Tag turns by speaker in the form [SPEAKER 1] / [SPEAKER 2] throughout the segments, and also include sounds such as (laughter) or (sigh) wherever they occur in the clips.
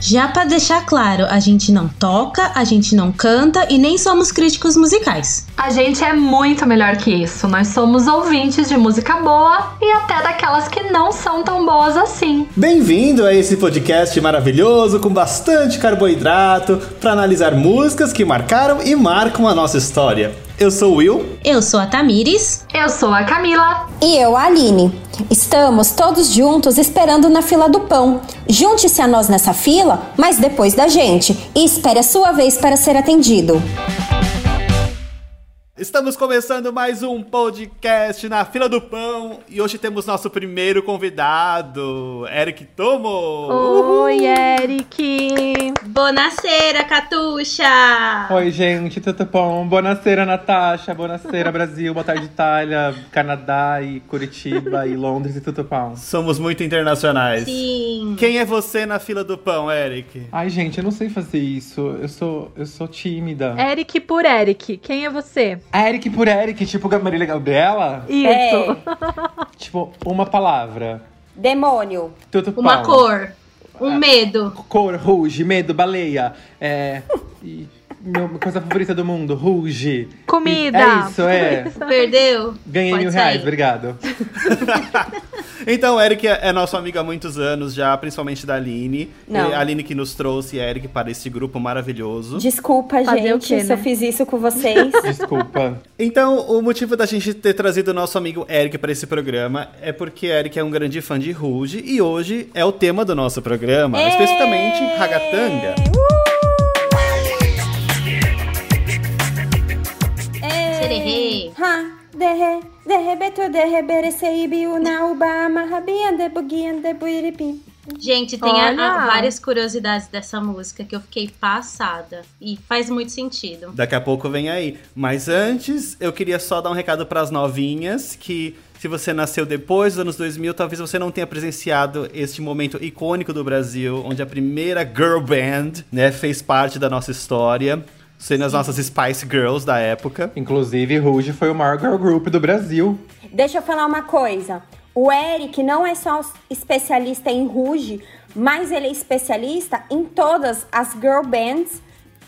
[SPEAKER 1] Já para deixar claro, a gente não toca, a gente não canta e nem somos críticos musicais.
[SPEAKER 2] A gente é muito melhor que isso. Nós somos ouvintes de música boa e até daquelas que não são tão boas assim.
[SPEAKER 3] Bem-vindo a esse podcast maravilhoso com bastante carboidrato para analisar músicas que marcaram e marcam a nossa história. Eu sou o Will.
[SPEAKER 1] Eu sou a Tamires.
[SPEAKER 2] Eu sou a Camila.
[SPEAKER 4] E eu, a Aline. Estamos todos juntos esperando na fila do pão. Junte-se a nós nessa fila, mas depois da gente. E espere a sua vez para ser atendido.
[SPEAKER 3] Estamos começando mais um podcast na Fila do Pão e hoje temos nosso primeiro convidado, Eric Tomo.
[SPEAKER 5] Oi, Eric.
[SPEAKER 6] Bonaceira, Catuxa.
[SPEAKER 7] Oi, gente, tudo bom? Bonaceira, Natasha. Bonaceira, Brasil. Boa tarde, Itália, Canadá e Curitiba e Londres e tudo bom.
[SPEAKER 3] Somos muito internacionais.
[SPEAKER 6] Sim.
[SPEAKER 3] Quem é você na Fila do Pão,
[SPEAKER 7] (laughs)
[SPEAKER 3] Eric?
[SPEAKER 7] Ai, gente, eu não sei fazer isso. Eu sou, eu sou tímida.
[SPEAKER 5] Eric por Eric. Quem é você?
[SPEAKER 7] Eric por Eric, tipo Marília Gabriela?
[SPEAKER 5] Isso.
[SPEAKER 4] É,
[SPEAKER 7] Tipo, uma palavra.
[SPEAKER 4] demônio.
[SPEAKER 7] Tudo
[SPEAKER 6] Uma
[SPEAKER 7] pão.
[SPEAKER 6] cor. Um medo.
[SPEAKER 7] Cor, ruge, medo, baleia. É. e meu- minha coisa favorita do mundo, ruge. E
[SPEAKER 5] Comida.
[SPEAKER 7] É isso, é.
[SPEAKER 6] Perdeu?
[SPEAKER 7] Ganhei
[SPEAKER 6] Pode
[SPEAKER 7] mil
[SPEAKER 6] sair.
[SPEAKER 7] reais, obrigado.
[SPEAKER 3] Então, o Eric é é nosso amigo há muitos anos já, principalmente da Aline.
[SPEAKER 4] Não.
[SPEAKER 3] E a Aline que nos trouxe Eric para esse grupo maravilhoso.
[SPEAKER 4] Desculpa,
[SPEAKER 5] Fazer o
[SPEAKER 4] gente,
[SPEAKER 5] quê,
[SPEAKER 4] se
[SPEAKER 5] né?
[SPEAKER 4] eu fiz isso com
[SPEAKER 5] (laughs)
[SPEAKER 4] vocês.
[SPEAKER 7] Desculpa.
[SPEAKER 3] Então, o motivo da gente ter trazido o nosso amigo Eric para esse programa é porque Eric é um grande fã de Ruge e hoje é o tema do nosso programa,
[SPEAKER 4] Ê!
[SPEAKER 3] especificamente Ragatanga.
[SPEAKER 6] Sererê.
[SPEAKER 4] Ha, derre, derrebeto, derrebereceibi, unauba, marrabian, debuguian, debuiripi.
[SPEAKER 6] Gente, tem a-
[SPEAKER 5] Olha.
[SPEAKER 6] a- várias curiosidades dessa música que eu fiquei passada. E faz muito sentido.
[SPEAKER 3] Daqui a pouco vem aí. Mas antes, eu queria só dar um recado para as novinhas que se você nasceu depois dos anos 2000, talvez você não tenha presenciado este momento icônico do Brasil, onde a primeira girl band, né, fez parte da nossa história, sendo as nossas Spice Girls da época.
[SPEAKER 7] Inclusive, Ruge foi o maior girl group do Brasil.
[SPEAKER 4] Deixa eu falar uma coisa. O Eric não é só especialista em ruge, mas ele é especialista em todas as girl bands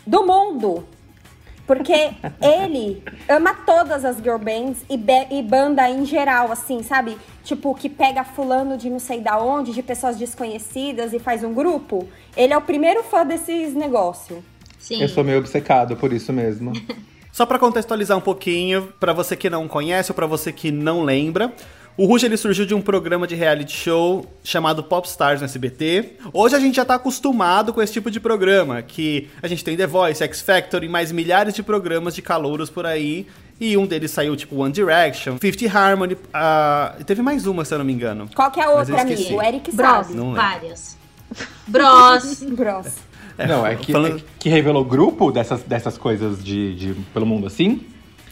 [SPEAKER 4] do mundo.
[SPEAKER 3] (laughs)
[SPEAKER 4] Porque ele ama todas as girl bands e, be- e banda em geral, assim, sabe? Tipo, que pega fulano de não sei da onde, de pessoas desconhecidas e faz um grupo. Ele é o primeiro fã desses negócios.
[SPEAKER 6] Sim.
[SPEAKER 7] Eu sou meio obcecado por isso mesmo.
[SPEAKER 3] Só para contextualizar um pouquinho, para você que não conhece ou para você que não lembra, o Ruge ele surgiu de um programa de reality show chamado Popstars no SBT. Hoje a gente já tá acostumado com esse tipo de programa, que a gente tem The Voice, X Factor e mais milhares de programas de calouros por aí. E um deles saiu tipo One Direction, Fifty Harmony, ah, e teve mais uma, se eu não me engano.
[SPEAKER 4] Qual que é a
[SPEAKER 3] Mas eu
[SPEAKER 4] outra,
[SPEAKER 3] esqueci.
[SPEAKER 4] amigo? O Eric
[SPEAKER 5] Bros.
[SPEAKER 4] sabe.
[SPEAKER 3] Não lembro.
[SPEAKER 6] Várias. Bros. (laughs)
[SPEAKER 4] Bros.
[SPEAKER 7] não, é que,
[SPEAKER 3] falando-
[SPEAKER 7] é que revelou grupo dessas, dessas coisas de, de- pelo mundo assim.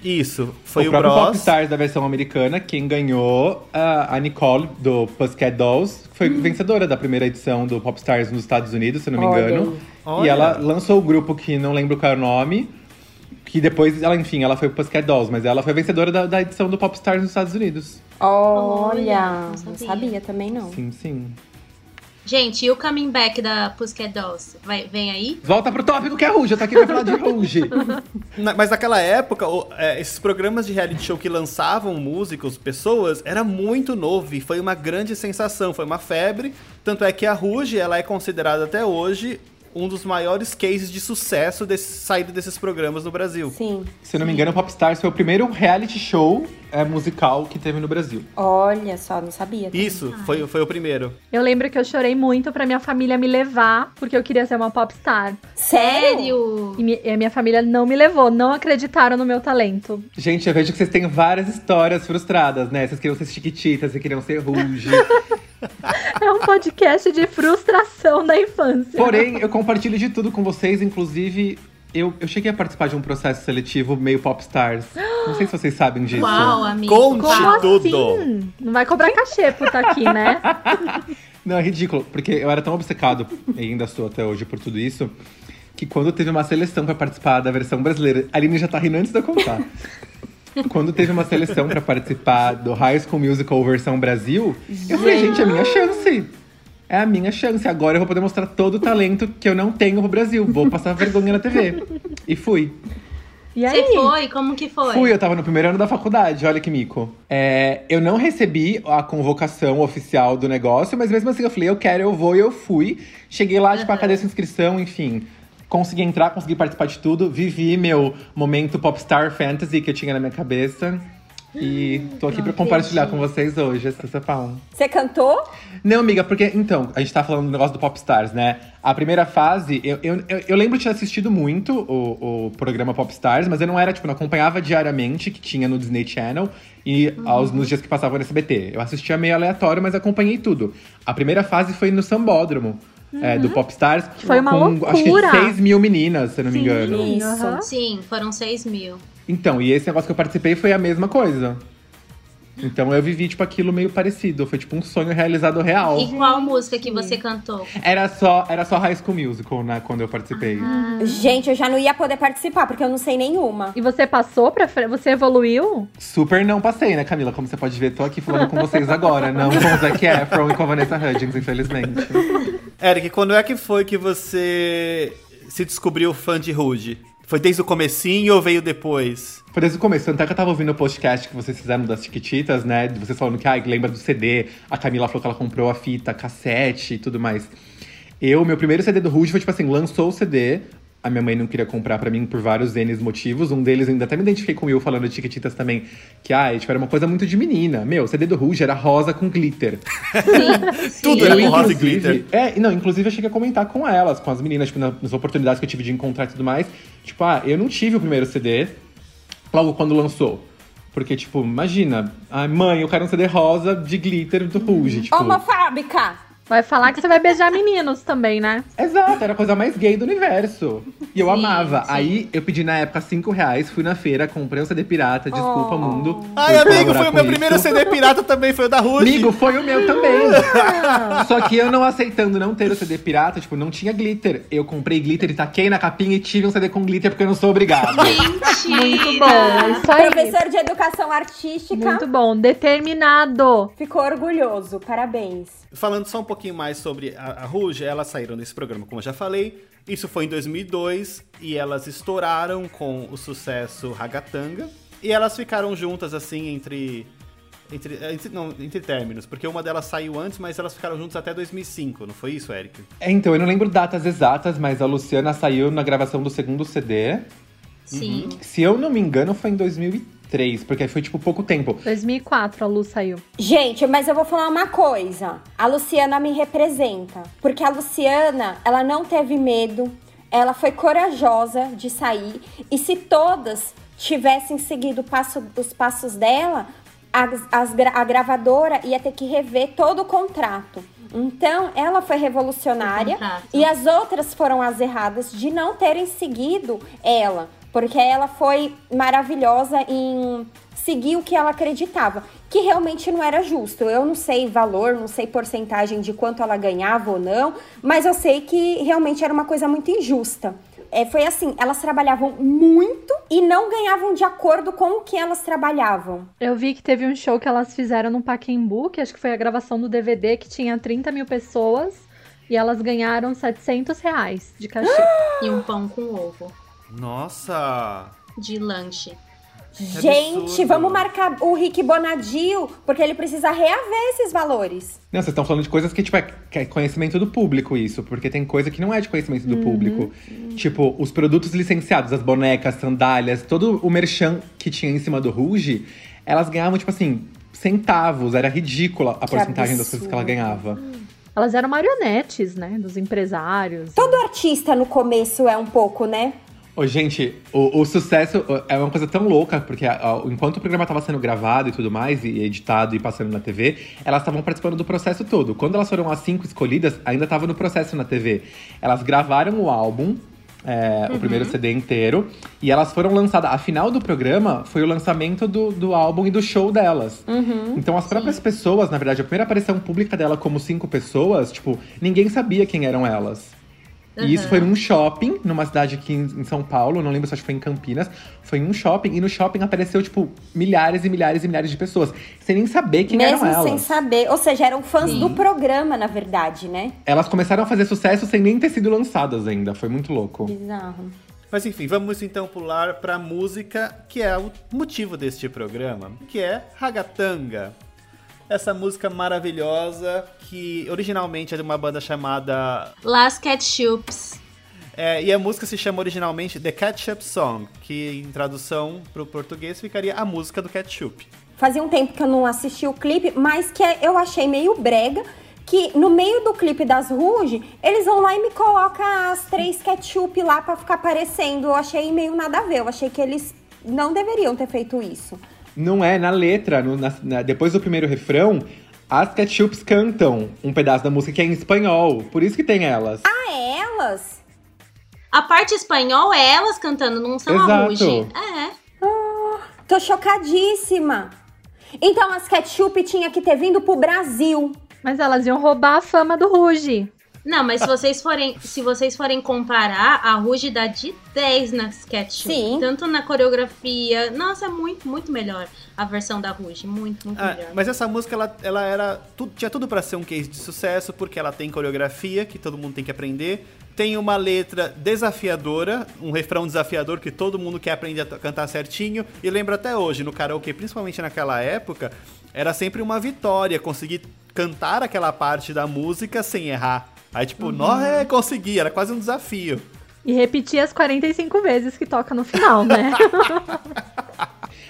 [SPEAKER 3] Isso, foi o,
[SPEAKER 7] próprio
[SPEAKER 3] Bros.
[SPEAKER 7] Popstars da versão americana, quem ganhou a a Nicole do Pussycat Dolls, que foi vencedora da primeira edição do Popstars nos Estados Unidos, se eu não me
[SPEAKER 4] Olha
[SPEAKER 7] engano.
[SPEAKER 3] Olha.
[SPEAKER 7] E ela lançou o grupo que não lembro qual era o nome. Que depois, ela, enfim, ela foi pro Pussycat Dolls, mas ela foi vencedora da, da edição do Popstars nos Estados Unidos.
[SPEAKER 4] Olha,
[SPEAKER 6] Olha, não
[SPEAKER 4] não
[SPEAKER 6] sabia.
[SPEAKER 4] sabia também não.
[SPEAKER 7] Sim, sim.
[SPEAKER 6] Gente, e o coming back da Pussycat Dolls? Vai- vem aí?
[SPEAKER 7] Volta pro tópico que é Ruge, eu tô aqui pra falar de Ruge.
[SPEAKER 3] Na- mas naquela época, o- é, esses programas de reality show que lançavam músicos, pessoas, era muito novo e foi uma grande sensação, foi uma febre. Tanto é que a Ruge, ela é considerada até hoje um dos maiores cases de sucesso desse, saído desses programas no Brasil.
[SPEAKER 4] Sim.
[SPEAKER 7] se eu não me engano, o Popstars foi o primeiro reality show é, musical que teve no Brasil.
[SPEAKER 4] Olha só, não sabia.
[SPEAKER 3] Isso, foi, foi o primeiro.
[SPEAKER 5] Eu lembro que eu chorei muito pra minha família me levar, porque eu queria ser uma popstar.
[SPEAKER 6] Sério?
[SPEAKER 5] E, mi- e a minha família não me levou, não acreditaram no meu talento.
[SPEAKER 7] Gente, eu vejo que vocês têm várias histórias frustradas, né? Vocês queriam ser chiquititas, vocês queriam ser ruge.
[SPEAKER 5] É um podcast de frustração da infância.
[SPEAKER 7] Porém, eu compartilho de tudo com vocês, inclusive. Eu, eu cheguei a participar de um processo seletivo meio popstars. Não sei se vocês sabem disso.
[SPEAKER 6] Uau, amigo.
[SPEAKER 3] Conte
[SPEAKER 6] Uau.
[SPEAKER 5] Como
[SPEAKER 3] tudo.
[SPEAKER 5] assim? Não vai cobrar cachê por tá aqui, né?
[SPEAKER 7] Não, é ridículo, porque eu era tão obcecado, e ainda sou até hoje por tudo isso, que quando teve uma seleção pra participar da versão brasileira, a Aline já tá rindo antes de eu contar. quando teve uma seleção pra participar do High School Musical versão Brasil, eu falei, gente, é a minha chance. É a minha chance. Agora eu vou poder mostrar todo o talento que eu não tenho pro Brasil. Vou passar vergonha na TV. E fui.
[SPEAKER 5] E é aí?
[SPEAKER 6] Você foi? Como que foi?
[SPEAKER 7] Fui, eu tava no primeiro ano da faculdade, olha que mico. É, eu não recebi a convocação oficial do negócio, mas mesmo assim eu falei, eu quero, eu vou, e eu fui. Cheguei lá, tipo,
[SPEAKER 6] Aham.
[SPEAKER 7] cadê sua inscrição, enfim. Consegui entrar, consegui participar de tudo. Vivi meu momento popstar fantasy que eu tinha na minha cabeça. E
[SPEAKER 6] Ah,
[SPEAKER 7] tô aqui pra compartilhar com vocês hoje essa palma.
[SPEAKER 4] Você cantou?
[SPEAKER 7] Não, amiga, porque, então, a gente tá falando do negócio do Popstars, né? A primeira fase, eu, eu, eu- eu lembro de ter assistido muito o, o programa Popstars, mas eu não era, tipo, não acompanhava diariamente, que tinha no Disney Channel, e
[SPEAKER 5] Uhum.
[SPEAKER 7] aos, nos dias que passava no SBT. Eu assistia meio aleatório, mas acompanhei tudo. A primeira fase foi no Sambódromo, é, do Popstars.
[SPEAKER 5] Uhum. Foi uma
[SPEAKER 7] com, Acho que
[SPEAKER 5] loucura.
[SPEAKER 7] 6 mil meninas, se eu não me
[SPEAKER 5] Sim.
[SPEAKER 7] engano.
[SPEAKER 4] Isso.
[SPEAKER 5] Aham.
[SPEAKER 6] Sim, foram 6 mil.
[SPEAKER 7] Então, e esse negócio que eu participei foi a mesma coisa. Então eu vivi, tipo, aquilo meio parecido. Foi, tipo, um sonho realizado real.
[SPEAKER 6] E qual música que você cantou?
[SPEAKER 7] Era só, era só High School Musical né, quando eu participei.
[SPEAKER 4] Gente, eu já não ia poder participar, porque eu não sei nenhuma.
[SPEAKER 5] E você passou pra frente? Você evoluiu?
[SPEAKER 7] Super não passei, né, Camila? Como você pode ver, tô aqui falando com vocês agora, não com o Zac Efron e com a Vanessa Hudgens, infelizmente.
[SPEAKER 3] Eric, quando é que foi que você se descobriu fã de Ruge? Foi desde o comecinho ou veio depois?
[SPEAKER 7] Foi desde o começo, até que eu tava ouvindo o podcast que vocês fizeram das Chiquititas, né? de Vocês falando que ai, lembra do CD, a Camila falou que ela comprou a fita, cassete e tudo mais. Eu, meu primeiro CD do Rouge foi tipo assim, lançou o CD. A minha mãe não queria comprar pra mim por vários N motivos. Um deles ainda até me identifiquei com o Will falando de Chiquititas também. Que, ai, tipo, era uma coisa muito de menina. Meu, o CD do Rouge era rosa com glitter.
[SPEAKER 6] Sim, sim.
[SPEAKER 3] Tudo era
[SPEAKER 7] Eu,
[SPEAKER 3] com rosa e
[SPEAKER 7] inclusive,
[SPEAKER 3] glitter.
[SPEAKER 7] É, não, inclusive eu cheguei a comentar com elas, com as meninas, tipo, na- nas oportunidades que eu tive de encontrar e tudo mais. Tipo, ah, eu não tive o primeiro CD logo quando lançou. Porque, tipo, imagina, ai, mãe, eu quero um CD rosa de glitter do
[SPEAKER 6] Uhum.
[SPEAKER 7] Rouge, tipo.
[SPEAKER 4] Homofóbica!
[SPEAKER 5] Vai falar que você vai beijar meninos também, né?
[SPEAKER 7] Exato, era a coisa mais gay do universo. E eu
[SPEAKER 6] Sim,
[SPEAKER 7] amava.
[SPEAKER 6] sim.
[SPEAKER 7] Aí eu pedi na época 5 reais, fui na feira, comprei um CD pirata, desculpa,
[SPEAKER 4] Oh.
[SPEAKER 7] mundo.
[SPEAKER 3] Ai,
[SPEAKER 7] por
[SPEAKER 3] amigo,
[SPEAKER 7] colaborar
[SPEAKER 3] foi o
[SPEAKER 7] com
[SPEAKER 3] meu
[SPEAKER 7] isso.
[SPEAKER 3] primeiro CD pirata também, foi o da Ruge.
[SPEAKER 7] Amigo, foi o meu também. Só que eu não aceitando não ter o CD pirata, tipo, não tinha glitter. Eu comprei glitter e taquei na capinha e tive um CD com glitter porque eu não sou obrigado.
[SPEAKER 6] Mentira!
[SPEAKER 5] Muito bom, é isso aí.
[SPEAKER 4] Professor de educação artística.
[SPEAKER 5] Muito bom, determinado.
[SPEAKER 4] Ficou orgulhoso, parabéns.
[SPEAKER 3] Falando só um pouquinho mais sobre a, a Ruge, elas saíram desse programa, como eu já falei. Isso foi em 2002 e elas estouraram com o sucesso Ragatanga. E elas ficaram juntas, assim, entre. Entre, entre, não, entre términos, porque uma delas saiu antes, mas elas ficaram juntas até 2005, não foi isso, Eric?
[SPEAKER 7] É, então, eu não lembro datas exatas, mas a Luciana saiu na gravação do segundo CD.
[SPEAKER 6] Sim.
[SPEAKER 7] Se eu não me engano, foi em 2003, porque foi, tipo, pouco tempo.
[SPEAKER 5] 2004 a Lu saiu.
[SPEAKER 4] Gente, mas eu vou falar uma coisa. A Luciana me representa, porque a Luciana, ela não teve medo, ela foi corajosa de sair e se todas tivessem seguido o passo- os passos dela, as- as gra- a gravadora ia ter que rever todo o contrato. Então, ela foi revolucionária
[SPEAKER 6] O contrato.
[SPEAKER 4] e as outras foram as erradas de não terem seguido ela, porque ela foi maravilhosa em seguir o que ela acreditava, que realmente não era justo. Eu não sei valor, não sei porcentagem de quanto ela ganhava ou não, mas eu sei que realmente era uma coisa muito injusta. É, foi assim, elas trabalhavam muito e não ganhavam de acordo com o que elas trabalhavam.
[SPEAKER 5] Eu vi que teve um show que elas fizeram no Pacaembu, que acho que foi a gravação do DVD, que tinha 30 mil pessoas. E elas ganharam 700 reais de cachê.
[SPEAKER 6] E um pão com ovo
[SPEAKER 3] Nossa!
[SPEAKER 6] de lanche.
[SPEAKER 4] Gente,
[SPEAKER 3] absurdo.
[SPEAKER 4] vamos marcar o Rick Bonadio, porque ele precisa reaver esses valores.
[SPEAKER 7] Não, vocês estão falando de coisas que, tipo, é que é conhecimento do público isso. Porque tem coisa que não é de conhecimento do
[SPEAKER 4] Uhum.
[SPEAKER 7] público. Tipo, os produtos licenciados, as bonecas, sandálias, todo o merchan que tinha em cima do Ruge, elas ganhavam, tipo assim, centavos. Era ridícula a
[SPEAKER 4] Que
[SPEAKER 7] porcentagem das coisas que ela
[SPEAKER 4] absurdo.
[SPEAKER 7] ganhava.
[SPEAKER 5] Elas eram marionetes, né? Dos empresários.
[SPEAKER 4] Todo artista no começo é um pouco, né?
[SPEAKER 7] Ô, gente, o, o sucesso ó, é uma coisa tão louca, porque ó, enquanto o programa tava sendo gravado e tudo mais, e editado e passando na TV, elas estavam participando do processo todo. Quando elas foram as cinco escolhidas, ainda estava no processo na TV. Elas gravaram o álbum, é, o primeiro CD inteiro, e elas foram lançadas. A final do programa foi o lançamento do, do álbum e do show delas.
[SPEAKER 4] Uhum.
[SPEAKER 7] Então, as próprias pessoas, na verdade, a primeira aparição pública dela como cinco pessoas, tipo, ninguém sabia quem eram elas.
[SPEAKER 6] Uhum.
[SPEAKER 7] E isso foi num shopping, numa cidade aqui em em São Paulo, não lembro se acho que foi em Campinas. Foi em um shopping, e no shopping apareceu, tipo, milhares e milhares e milhares de pessoas. Sem nem saber quem
[SPEAKER 4] Mesmo
[SPEAKER 7] eram
[SPEAKER 4] sem
[SPEAKER 7] elas.
[SPEAKER 4] saber. Ou seja, eram fãs
[SPEAKER 7] Sim.
[SPEAKER 4] do programa, na verdade, né?
[SPEAKER 7] Elas começaram a fazer sucesso sem nem ter sido lançadas ainda. Foi muito louco.
[SPEAKER 4] Bizarro.
[SPEAKER 3] Mas enfim, vamos então pular pra música que é o motivo deste programa, que é Ragatanga. Essa música maravilhosa que originalmente é de uma banda chamada.
[SPEAKER 6] Las Ketchups.
[SPEAKER 3] é, e a música se chama originalmente The Ketchup Song, que em tradução pro português ficaria a música do ketchup.
[SPEAKER 4] Fazia um tempo que eu não assisti o clipe, mas que é, eu achei meio brega. Que no meio do clipe das Ruge, eles vão lá e me colocam as três ketchup lá pra ficar aparecendo. Eu achei meio nada a ver. Eu achei que eles não deveriam ter feito isso.
[SPEAKER 7] Não é, na letra, no- na- na- depois do primeiro refrão, as Ketchups cantam um pedaço da música que é em espanhol. Por isso que tem elas.
[SPEAKER 4] Ah, é elas?
[SPEAKER 6] A parte espanhol é elas cantando, não são a
[SPEAKER 7] Exato.
[SPEAKER 6] Ruge. É.
[SPEAKER 4] Tô chocadíssima. Então as ketchup tinha que ter vindo pro Brasil.
[SPEAKER 5] Mas elas iam roubar a fama do Ruge.
[SPEAKER 6] Não, mas se vocês forem, se vocês forem comparar, a Ruge dá de 10 nas Ketchup.
[SPEAKER 4] Sim.
[SPEAKER 6] Tanto na coreografia. Nossa, é muito, muito melhor a versão da Ruge. Muito, muito
[SPEAKER 3] Ah,
[SPEAKER 6] melhor.
[SPEAKER 3] mas essa música, ela, ela era. tu- tinha tudo pra ser um case de sucesso, porque ela tem coreografia, que todo mundo tem que aprender. Tem uma letra desafiadora, um refrão desafiador que todo mundo quer aprender a to- cantar certinho. E lembro até hoje, no karaokê, principalmente naquela época, era sempre uma vitória conseguir cantar aquela parte da música sem errar. Aí, tipo, nó, é, consegui, era quase um desafio.
[SPEAKER 5] E repetir as 45 vezes que toca no final, né?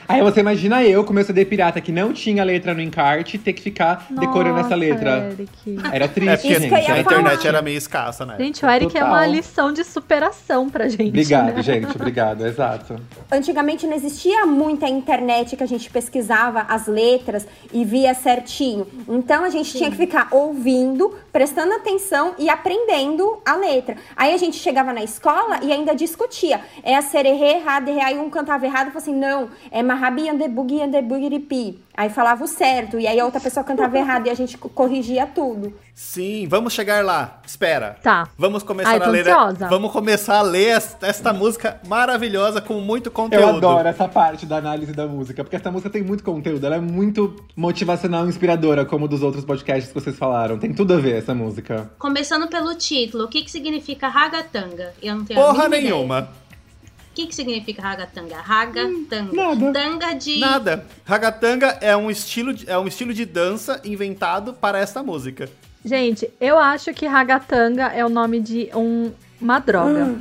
[SPEAKER 7] Aí você imagina eu com meu CD pirata que não tinha letra no encarte ter que ficar (laughs) decorando essa
[SPEAKER 5] Nossa,
[SPEAKER 7] letra.
[SPEAKER 5] Eric.
[SPEAKER 7] Era
[SPEAKER 3] É
[SPEAKER 7] triste,
[SPEAKER 3] porque
[SPEAKER 4] Isso
[SPEAKER 7] gente.
[SPEAKER 4] que eu ia
[SPEAKER 3] a
[SPEAKER 7] Era-
[SPEAKER 4] falar.
[SPEAKER 3] internet era meio escassa, né?
[SPEAKER 5] Gente, o Eric é
[SPEAKER 7] Total.
[SPEAKER 5] uma lição de superação pra gente.
[SPEAKER 7] Obrigado,
[SPEAKER 5] né?
[SPEAKER 7] gente. Obrigado,
[SPEAKER 4] (laughs)
[SPEAKER 7] exato.
[SPEAKER 4] Antigamente não existia muita internet que a gente pesquisava as letras e via certinho. Então a gente tinha que ficar ouvindo, prestando atenção e aprendendo a letra. Aí a gente chegava na escola e ainda discutia. É a sererê errada, errada. Aí um cantava errado e falou assim: não, é marrabi andebugi andebugiripi. Aí falava o certo. E aí a outra pessoa cantava errado e a gente co- corrigia tudo.
[SPEAKER 3] Sim, vamos chegar lá. Espera.
[SPEAKER 5] Tá.
[SPEAKER 3] Vamos começar
[SPEAKER 5] Ai,
[SPEAKER 3] a
[SPEAKER 5] tô
[SPEAKER 3] ler.
[SPEAKER 5] ansiosa.
[SPEAKER 3] Vamos começar a ler es- esta música maravilhosa com muito
[SPEAKER 7] Eu
[SPEAKER 3] conteúdo.
[SPEAKER 7] adoro essa parte da análise da música, porque essa música tem muito conteúdo, ela é muito motivacional e inspiradora, como dos outros podcasts que vocês falaram. Tem tudo a ver essa música.
[SPEAKER 6] Começando pelo título, o que, que significa ragatanga? Eu não tenho a
[SPEAKER 3] Porra
[SPEAKER 6] mínima ideia.
[SPEAKER 3] nenhuma.
[SPEAKER 6] O que, que significa ragatanga? Ragatanga.
[SPEAKER 7] nada.
[SPEAKER 6] Tanga de.
[SPEAKER 3] Hum, Nada. Ragatanga é um estilo de, é um estilo de dança inventado para esta música.
[SPEAKER 5] Gente, eu acho que ragatanga é o nome de um- uma droga.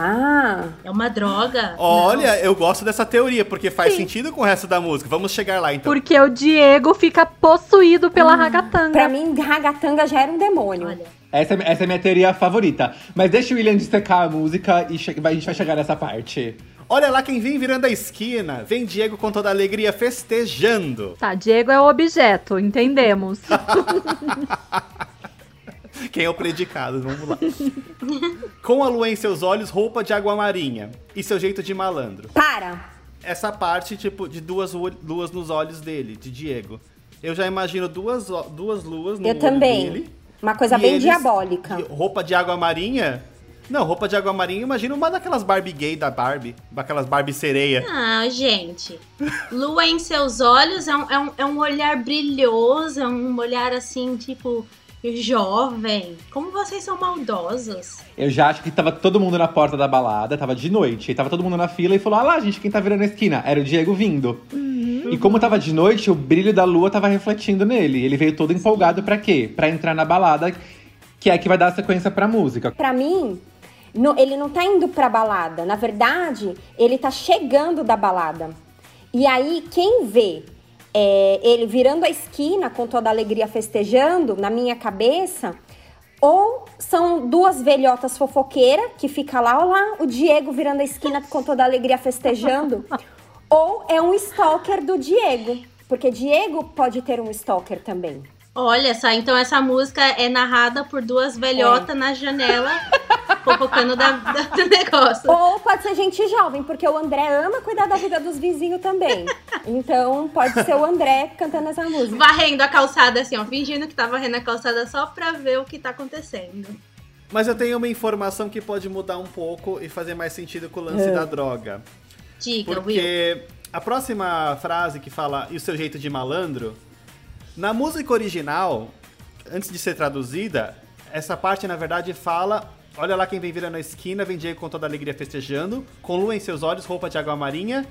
[SPEAKER 4] Será?
[SPEAKER 6] É uma droga.
[SPEAKER 3] Olha, eu gosto dessa teoria porque faz sentido com o resto da música. Vamos chegar lá então.
[SPEAKER 5] Porque o Diego fica possuído pela
[SPEAKER 4] Ah.
[SPEAKER 5] ragatanga.
[SPEAKER 4] Pra mim, ragatanga já era um
[SPEAKER 6] Não.
[SPEAKER 4] demônio.
[SPEAKER 6] Olha.
[SPEAKER 7] Essa, é- essa é minha teoria favorita. Mas deixa o William dissecar a música e che- vai- a gente vai chegar nessa parte.
[SPEAKER 3] Olha lá quem vem virando a esquina. Vem Diego com toda a alegria festejando.
[SPEAKER 5] Tá, Diego é o objeto, entendemos.
[SPEAKER 3] Quem é o predicado? Vamos lá.
[SPEAKER 5] (laughs)
[SPEAKER 3] com a lua em seus olhos, roupa de água marinha e seu jeito de malandro.
[SPEAKER 4] Para!
[SPEAKER 3] essa parte, tipo, de duas ol- luas nos olhos dele, de Diego. Eu já imagino duas, o- duas luas no
[SPEAKER 4] Eu
[SPEAKER 3] olho
[SPEAKER 4] também.
[SPEAKER 3] dele.
[SPEAKER 4] Uma coisa
[SPEAKER 3] E
[SPEAKER 4] bem
[SPEAKER 3] eles-
[SPEAKER 4] diabólica.
[SPEAKER 3] e Roupa de água marinha? Não, roupa de água marinha, imagina uma daquelas Barbie gay da Barbie. Daquelas Barbie sereia.
[SPEAKER 6] Ah, gente. Lua em seus olhos é um, é um, é um olhar brilhoso, é um olhar assim, tipo, jovem. Como vocês são maldosos.
[SPEAKER 7] Eu já acho que tava todo mundo na porta da balada, tava de noite, e tava todo mundo na fila e falou: Ah lá, gente, quem tá virando a esquina? Era o Diego vindo. E como tava de noite, o brilho da lua tava refletindo nele. Ele veio todo empolgado pra quê? Pra entrar na balada, que é que vai dar a sequência pra música.
[SPEAKER 4] Pra mim, não- ele não tá indo pra balada. Na verdade, ele tá chegando da balada. E aí, quem vê é, ele virando a esquina com toda a alegria festejando, na minha cabeça, ou são duas velhotas fofoqueiras que fica lá, olha lá, o Diego virando a esquina com toda a alegria
[SPEAKER 3] (laughs)
[SPEAKER 4] festejando, ou é um stalker do Diego. Porque Diego pode ter um stalker também.
[SPEAKER 6] Olha só, então essa música é narrada por duas velhotas na janela, fofocando da, da- do negócio.
[SPEAKER 4] Ou pode ser gente jovem, porque o André ama cuidar da vida dos vizinhos também.
[SPEAKER 5] (laughs)
[SPEAKER 4] Então pode ser o André cantando essa música.
[SPEAKER 6] Varrendo a calçada assim, ó, fingindo que tá varrendo a calçada só pra ver o que tá acontecendo.
[SPEAKER 3] Mas eu tenho uma informação que pode mudar um pouco e fazer mais sentido com o
[SPEAKER 4] Ah.
[SPEAKER 3] lance da droga.
[SPEAKER 6] Diga, Então, Will.
[SPEAKER 3] Porque a próxima frase que fala e o seu jeito de malandro, na música original, antes de ser traduzida, essa parte na verdade fala: Olha lá quem vem virando a esquina, vem Diego com toda a alegria festejando, com lua em seus olhos, roupa de água marinha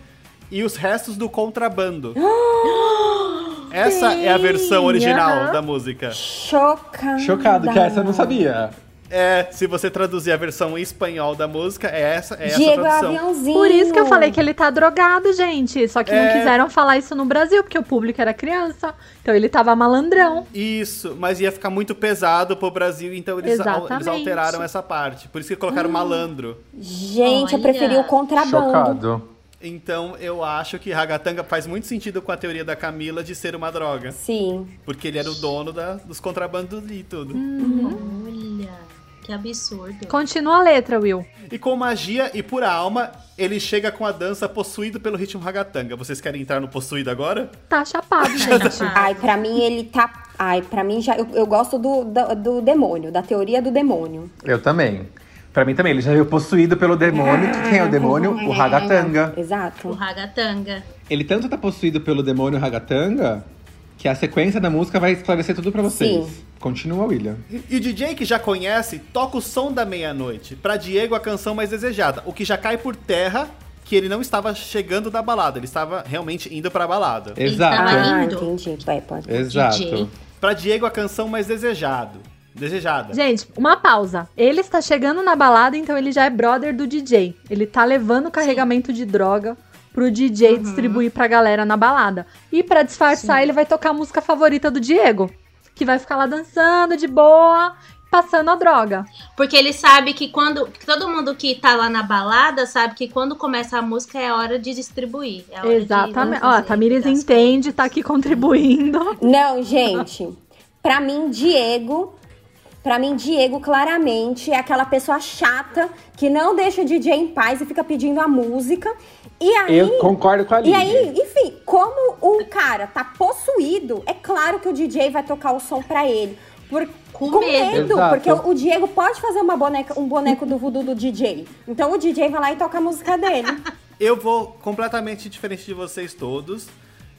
[SPEAKER 3] e os restos do contrabando. (gasps) essa é a versão original
[SPEAKER 5] aham.
[SPEAKER 3] da música.
[SPEAKER 4] Chocada.
[SPEAKER 7] Chocado, que
[SPEAKER 4] um
[SPEAKER 7] essa eu não sabia.
[SPEAKER 3] É, se você traduzir a versão em espanhol da música, é essa, é essa a
[SPEAKER 4] Diego é
[SPEAKER 3] tradução.
[SPEAKER 4] aviãozinho.
[SPEAKER 5] Por isso
[SPEAKER 4] Uhum.
[SPEAKER 5] que eu falei que ele tá drogado, gente. Só que não
[SPEAKER 3] É.
[SPEAKER 5] quiseram falar isso no Brasil, porque o público era criança. Então ele tava malandrão.
[SPEAKER 3] Isso, mas ia ficar muito pesado pro Brasil, então eles, al- eles
[SPEAKER 5] Exatamente.
[SPEAKER 3] alteraram essa parte. Por isso que colocaram malandro.
[SPEAKER 4] Gente,
[SPEAKER 6] Olha.
[SPEAKER 4] eu preferi o contrabando.
[SPEAKER 7] Chocado.
[SPEAKER 3] Então eu acho que Ragatanga faz muito sentido com a teoria da Camila de ser uma droga.
[SPEAKER 4] Sim.
[SPEAKER 3] Porque ele era o dono da- dos contrabandos e tudo.
[SPEAKER 6] Hum. Olha, que absurdo.
[SPEAKER 5] Continua a letra, Will.
[SPEAKER 3] E com magia e pura alma, ele chega com a dança possuído pelo ritmo Ragatanga. Vocês querem entrar no possuído agora?
[SPEAKER 5] Tá chapado, gente.
[SPEAKER 4] Ai, pra mim ele tá. Ai, pra mim já. Eu, eu gosto do, do, do demônio, da teoria do demônio.
[SPEAKER 7] Eu também. Pra mim também, ele já veio possuído pelo demônio. Que quem é o demônio? O Ragatanga.
[SPEAKER 6] O
[SPEAKER 4] Exato.
[SPEAKER 6] ragatanga.
[SPEAKER 7] Ele tanto tá possuído pelo demônio Ragatanga, que a sequência da música vai esclarecer tudo pra vocês. Continua, William.
[SPEAKER 3] E o DJ que já conhece toca o som da meia-noite. Pra Diego, a canção mais desejada. O que já cai por terra que ele não estava chegando da balada, ele estava realmente indo pra balada.
[SPEAKER 5] Tá
[SPEAKER 7] Exato.
[SPEAKER 6] tava
[SPEAKER 4] Ah,
[SPEAKER 6] lindo.
[SPEAKER 4] entendi. Vai, pode.
[SPEAKER 7] Exato.
[SPEAKER 6] DJ.
[SPEAKER 3] Pra Diego, a canção mais desejado. Desejada.
[SPEAKER 5] Gente, uma pausa. Ele está chegando na balada, então ele já é brother do DJ. Ele tá levando o carregamento de droga pro DJ distribuir pra galera na balada. E pra disfarçar, ele vai tocar a música favorita do Diego, que vai ficar lá dançando de boa, passando a droga.
[SPEAKER 6] Porque ele sabe que quando. que Todo mundo que tá lá na balada sabe que quando começa a música é hora de distribuir. é hora de-
[SPEAKER 5] Exatamente.
[SPEAKER 6] vamos
[SPEAKER 5] Ó, a
[SPEAKER 6] dizer,
[SPEAKER 5] Tamires
[SPEAKER 6] das
[SPEAKER 5] entende, tá aqui contribuindo.
[SPEAKER 4] Não, gente. Pra mim, Diego. Pra mim, Diego claramente é aquela pessoa chata que não deixa o DJ em paz e fica pedindo a música. E aí.
[SPEAKER 7] Eu né? concordo com a
[SPEAKER 4] E
[SPEAKER 7] Lívia.
[SPEAKER 4] aí, enfim, como o cara tá possuído, é claro que o DJ vai tocar o som pra ele. Por,
[SPEAKER 6] Com
[SPEAKER 4] medo,
[SPEAKER 6] medo.
[SPEAKER 7] Exato.
[SPEAKER 4] porque o, o Diego pode fazer uma boneca, um boneco do voodoo do DJ. Então o DJ vai lá e toca a música dele.
[SPEAKER 3] Eu vou completamente diferente de vocês todos.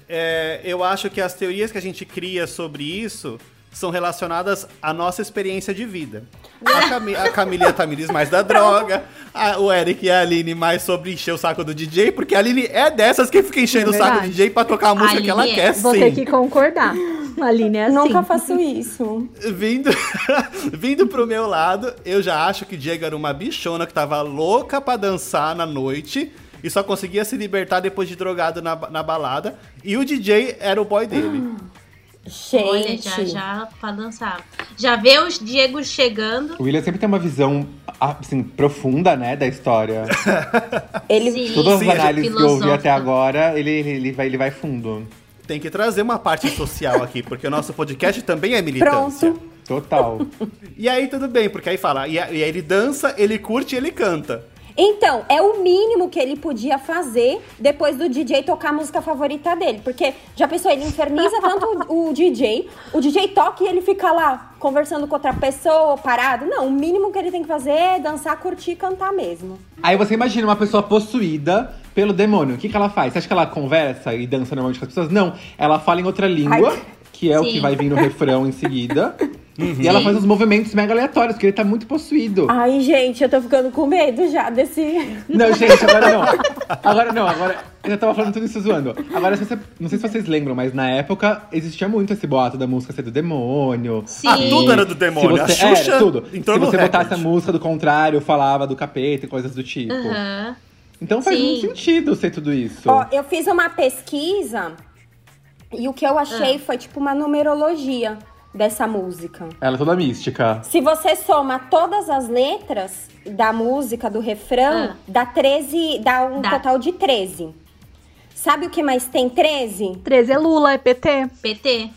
[SPEAKER 3] É, eu acho que as teorias que a gente cria sobre isso são relacionadas à nossa experiência de vida.
[SPEAKER 5] (laughs)
[SPEAKER 3] A, Cami a Camila e a Tamiris mais da droga, a- o Eric e a Aline mais sobre encher o saco do DJ, porque a Aline é dessas que fica enchendo
[SPEAKER 5] É
[SPEAKER 3] o saco do
[SPEAKER 5] verdade.
[SPEAKER 3] DJ pra tocar a música que ela
[SPEAKER 6] Aline é.
[SPEAKER 3] quer,
[SPEAKER 5] Vou
[SPEAKER 3] sim.
[SPEAKER 5] ter que concordar. A Aline é assim.
[SPEAKER 4] Nunca faço isso.
[SPEAKER 3] Vindo, (laughs) vindo pro meu lado, eu já acho que Diego era uma bichona que tava louca pra dançar na noite e só conseguia se libertar depois de drogado na, na balada. E o DJ era o boy dele.
[SPEAKER 4] Gente.
[SPEAKER 6] Olha, já, já pra dançar. Já vê os Diego chegando.
[SPEAKER 7] O William sempre tem uma visão, assim, profunda, né, da história.
[SPEAKER 4] Ele
[SPEAKER 6] Sim,
[SPEAKER 7] Todas as
[SPEAKER 3] Sim, é
[SPEAKER 7] análises que eu ouvi até
[SPEAKER 6] filosófica.
[SPEAKER 7] agora, ele, ele, vai, ele vai fundo.
[SPEAKER 3] Tem que trazer uma parte social aqui, porque o nosso podcast também é militância.
[SPEAKER 4] pronto.
[SPEAKER 7] Total.
[SPEAKER 3] E aí tudo bem, porque aí fala, e aí ele dança, ele curte e ele canta.
[SPEAKER 4] Então, é o mínimo que ele podia fazer depois do DJ tocar a música favorita dele. Porque, já pensou, ele inferniza tanto o, o DJ, o DJ toca e ele fica lá conversando com outra pessoa, parado. Não, o mínimo que ele tem que fazer é dançar, curtir e cantar mesmo.
[SPEAKER 7] Aí você imagina uma pessoa possuída pelo demônio. O que, que ela faz? Você acha que ela conversa e dança normalmente com as pessoas? Não. Ela fala em outra língua,
[SPEAKER 4] Ai.
[SPEAKER 7] que é o
[SPEAKER 6] Sim.
[SPEAKER 7] que vai vir no refrão em seguida. E ela faz uns movimentos mega aleatórios, porque ele tá muito possuído.
[SPEAKER 4] Ai, gente, eu tô ficando com medo já desse.
[SPEAKER 7] Não, gente, agora não. Agora não, agora. Eu já tava falando tudo isso zoando. Agora, se você- não sei se vocês lembram, mas na época existia muito esse boato da música ser do demônio.
[SPEAKER 6] Sim. Ah,
[SPEAKER 3] tudo era do
[SPEAKER 7] Se
[SPEAKER 3] demônio. A
[SPEAKER 7] Você,
[SPEAKER 3] Xuxa
[SPEAKER 7] era, tudo.
[SPEAKER 3] entrou
[SPEAKER 7] se
[SPEAKER 3] no
[SPEAKER 7] você botasse a
[SPEAKER 3] recorde.
[SPEAKER 7] música do contrário, falava do capeta e coisas do tipo.
[SPEAKER 6] Aham.
[SPEAKER 7] Então faz
[SPEAKER 6] Sim.
[SPEAKER 7] muito sentido ser tudo isso.
[SPEAKER 4] Ó, eu fiz uma pesquisa e o que eu achei foi tipo uma numerologia dessa música.
[SPEAKER 7] Ela é toda mística.
[SPEAKER 4] Se você soma todas as letras da música, do refrão,
[SPEAKER 6] Ah.
[SPEAKER 4] dá 13, dá um
[SPEAKER 6] Dá.
[SPEAKER 4] total de 13. Sabe o que mais tem 13?
[SPEAKER 5] 13 é Lula, é PT.
[SPEAKER 6] PT.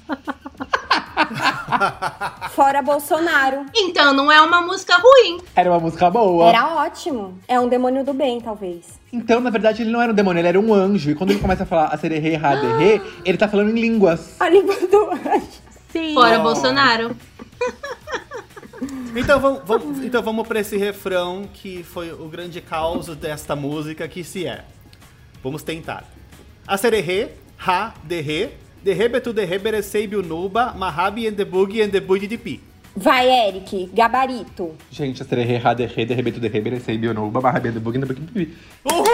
[SPEAKER 4] Fora Bolsonaro.
[SPEAKER 6] Então não é uma música ruim.
[SPEAKER 7] Era uma música boa.
[SPEAKER 4] Era ótimo. É um demônio do bem, talvez.
[SPEAKER 7] Então, na verdade, ele não era um demônio, ele era um anjo. E quando ele começa a falar a sererê, raderê, ele tá falando em línguas.
[SPEAKER 4] A língua do anjo.
[SPEAKER 5] Sim.
[SPEAKER 6] Fora Bolsonaro.
[SPEAKER 3] Então vamos, vamos, então vamos pra esse refrão que foi o grande caos desta música, que se é. Vamos tentar. Acererê, ha, derrê, derrê, betu, derrê, berecei, biunuba, mahabi, endebug, endebug de pi.
[SPEAKER 4] Vai, Eric, gabarito.
[SPEAKER 7] Gente, asterê, rade, rede, rebeto, de rebere, sei, bionuba, barrabe, do bug, do bug, do bug.
[SPEAKER 3] Uhul!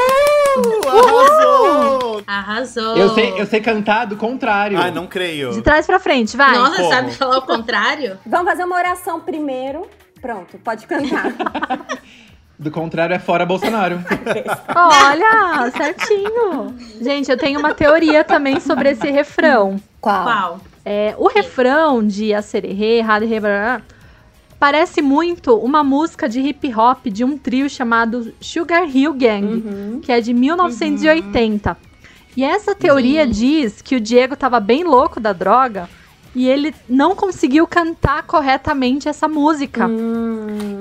[SPEAKER 3] Arrasou!
[SPEAKER 6] Arrasou.
[SPEAKER 7] Eu sei, eu sei cantar do contrário.
[SPEAKER 3] Ai, não creio.
[SPEAKER 5] De trás pra frente, vai.
[SPEAKER 6] Nossa,
[SPEAKER 3] Como?
[SPEAKER 6] sabe falar o contrário?
[SPEAKER 4] Vamos fazer uma oração primeiro. Pronto, pode cantar.
[SPEAKER 7] Do contrário é fora Bolsonaro.
[SPEAKER 5] Olha, certinho. Gente, eu tenho uma teoria também sobre esse refrão.
[SPEAKER 6] (laughs) Qual?
[SPEAKER 5] É, o refrão de Acererê, Raderê, blá, blá, blá, parece muito uma música de hip hop de um trio chamado Sugar Hill Gang, que é de 1980. E essa teoria diz que o Diego tava bem louco da droga e ele não conseguiu cantar corretamente essa música.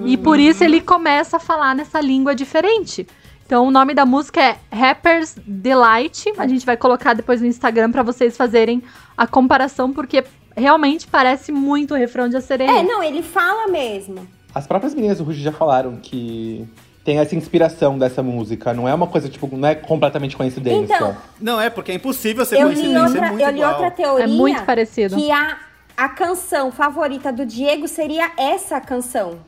[SPEAKER 5] E por isso ele começa a falar nessa língua diferente. Então o nome da música é Rappers Delight. A gente vai colocar depois no Instagram pra vocês fazerem a comparação, porque realmente parece muito o refrão de A Sereia.
[SPEAKER 4] é, não, ele fala mesmo.
[SPEAKER 7] (laughs) As próprias meninas do Ruge já falaram que tem essa inspiração dessa música. Não é uma coisa, tipo, não é completamente coincidência.
[SPEAKER 4] Então,
[SPEAKER 3] Não é, porque é impossível ser
[SPEAKER 4] Eu li,
[SPEAKER 3] coincidência, é
[SPEAKER 4] outra,
[SPEAKER 3] muito
[SPEAKER 4] eu li
[SPEAKER 3] igual.
[SPEAKER 4] outra teoria.
[SPEAKER 5] É muito parecido.
[SPEAKER 4] Que a, a canção favorita do Diego seria essa canção.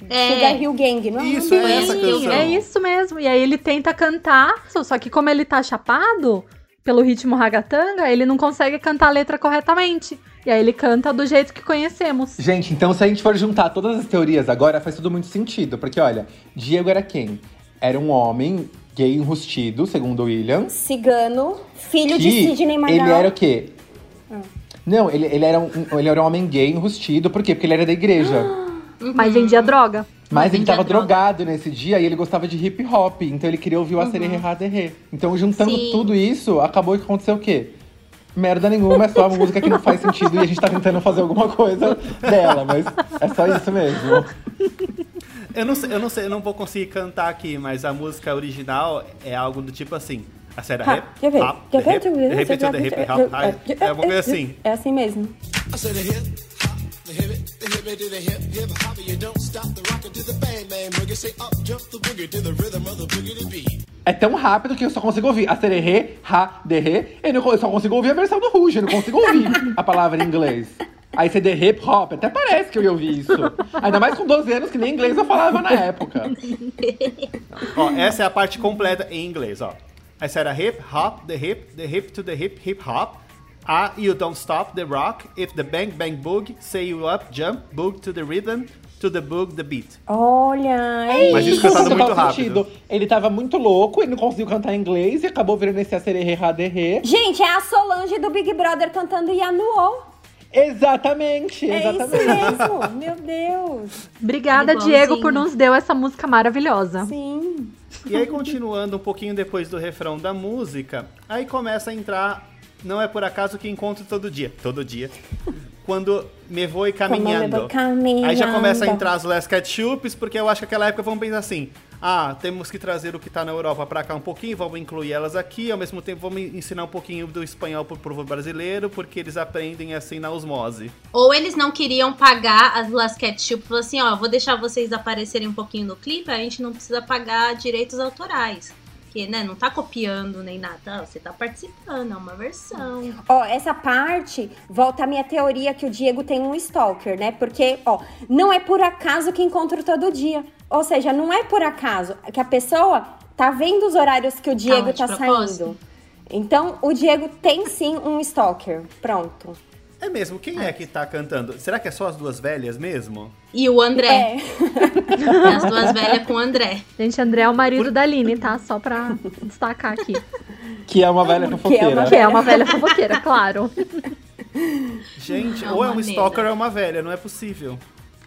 [SPEAKER 4] Sugar
[SPEAKER 6] É.
[SPEAKER 4] Hill Gang, não é?
[SPEAKER 3] Isso, é essa
[SPEAKER 6] Sim,
[SPEAKER 3] canção.
[SPEAKER 5] É isso mesmo. E aí ele tenta cantar, só- só que como ele tá chapado pelo ritmo ragatanga, ele não consegue cantar a letra corretamente. E aí ele canta do jeito que conhecemos.
[SPEAKER 7] Gente, então se a gente for juntar todas as teorias agora, faz tudo muito sentido. Porque, olha, Diego era quem? Era um homem gay enrustido, segundo o William.
[SPEAKER 4] Cigano, filho
[SPEAKER 7] que
[SPEAKER 4] de Sidney Magal. Ah.
[SPEAKER 7] Ele era o quê? Não, ele, ele, era um, ele era um homem gay enrustido. Por quê? Porque ele era da igreja.
[SPEAKER 4] Ah,
[SPEAKER 3] Uhum.
[SPEAKER 5] Mas vendia droga.
[SPEAKER 7] Mas ele
[SPEAKER 6] Vendia
[SPEAKER 7] tava
[SPEAKER 6] droga.
[SPEAKER 7] drogado nesse dia e ele gostava de hip hop, então ele queria ouvir o Acererê Raderê. Então, juntando
[SPEAKER 6] Sim.
[SPEAKER 7] tudo isso, acabou que aconteceu o quê? Merda nenhuma, é só uma música que não faz sentido e a gente tá tentando fazer alguma coisa dela, mas é só isso mesmo.
[SPEAKER 3] Eu não, sei, eu não sei, eu não vou conseguir cantar aqui, mas a música original é algo do tipo assim. A série rap, rap, the rap, the rap, the rap, the rap, rap, é uma coisa assim.
[SPEAKER 4] É assim mesmo.
[SPEAKER 8] I said a hip hop, the hip it, the hip it to the hip hip hop. You don't stop the rocket to the bang bang boogie. Say up jump the boogie to the rhythm of the boogie beat.
[SPEAKER 7] É tão rápido que eu só consigo ouvir Acererê Raderê. Eu, não- eu só consigo ouvir a versão do Ruge, eu não consigo ouvir a palavra em inglês. Aí você de hip hop, até parece que eu ia ouvir isso. Ainda mais com 12 anos que nem inglês eu falava na época.
[SPEAKER 3] Ó, essa é a parte completa em inglês, ó. A série hip hop, the hip, the hip to the hip, hip hop. Ah, you don't stop the rock. If the bang bang boog, say you up, jump, boog to the rhythm, to the boog, the beat.
[SPEAKER 4] Olha, é
[SPEAKER 3] Mas isso
[SPEAKER 7] Isso
[SPEAKER 3] cantado
[SPEAKER 7] não
[SPEAKER 3] muito
[SPEAKER 7] faz
[SPEAKER 3] rápido.
[SPEAKER 7] sentido. Ele tava muito louco, ele não conseguiu cantar em inglês e acabou virando esse acererê raderê.
[SPEAKER 4] Gente, é a Solange do Big Brother cantando Yanuo.
[SPEAKER 7] Exatamente,
[SPEAKER 4] É isso
[SPEAKER 7] exatamente.
[SPEAKER 4] mesmo. Meu Deus.
[SPEAKER 5] Obrigada,
[SPEAKER 3] é
[SPEAKER 6] Igualzinho.
[SPEAKER 5] Diego, por nos deu essa música maravilhosa.
[SPEAKER 4] Sim.
[SPEAKER 3] E aí, continuando um pouquinho depois do refrão da música, aí começa a entrar. Não é por acaso que encontro todo dia. Todo dia. Quando me vou e
[SPEAKER 4] Como eu
[SPEAKER 3] caminhando.
[SPEAKER 4] vou caminhando.
[SPEAKER 3] Aí já começa então, a entrar as Last Ketchups, porque eu acho que aquela época vamos pensar assim. Ah, temos que trazer o que tá na Europa pra cá um pouquinho, vamos incluir elas aqui, ao mesmo tempo vamos ensinar um pouquinho do espanhol pro povo brasileiro, porque eles aprendem assim na osmose.
[SPEAKER 6] Ou eles não queriam pagar as Las Ketchup, falou assim, ó, vou deixar vocês aparecerem um pouquinho no clipe, a gente não precisa pagar direitos autorais. Porque, né, não tá copiando nem nada, você tá participando, é uma versão.
[SPEAKER 4] Ó, essa parte volta à minha teoria que o Diego tem um stalker, né? Porque, ó, não é por acaso que encontro todo dia. Ou seja, não é por acaso que a pessoa tá vendo os horários que o Diego
[SPEAKER 6] de
[SPEAKER 4] tá
[SPEAKER 6] propósito.
[SPEAKER 4] saindo. Então, o Diego tem sim um stalker. Pronto.
[SPEAKER 3] É mesmo, quem é que tá cantando? Será que é só as duas velhas mesmo?
[SPEAKER 6] E o André,
[SPEAKER 4] É.
[SPEAKER 6] as duas velhas com o André.
[SPEAKER 5] Gente, André é o marido da Aline, tá? Só pra destacar aqui.
[SPEAKER 7] Que é uma velha fofoqueira.
[SPEAKER 4] uma
[SPEAKER 5] Que é
[SPEAKER 3] (laughs)
[SPEAKER 5] uma velha fofoqueira, claro.
[SPEAKER 3] Gente,
[SPEAKER 6] É
[SPEAKER 3] ou é
[SPEAKER 6] uma
[SPEAKER 3] um
[SPEAKER 6] negra.
[SPEAKER 3] stalker ou é uma velha, não é possível.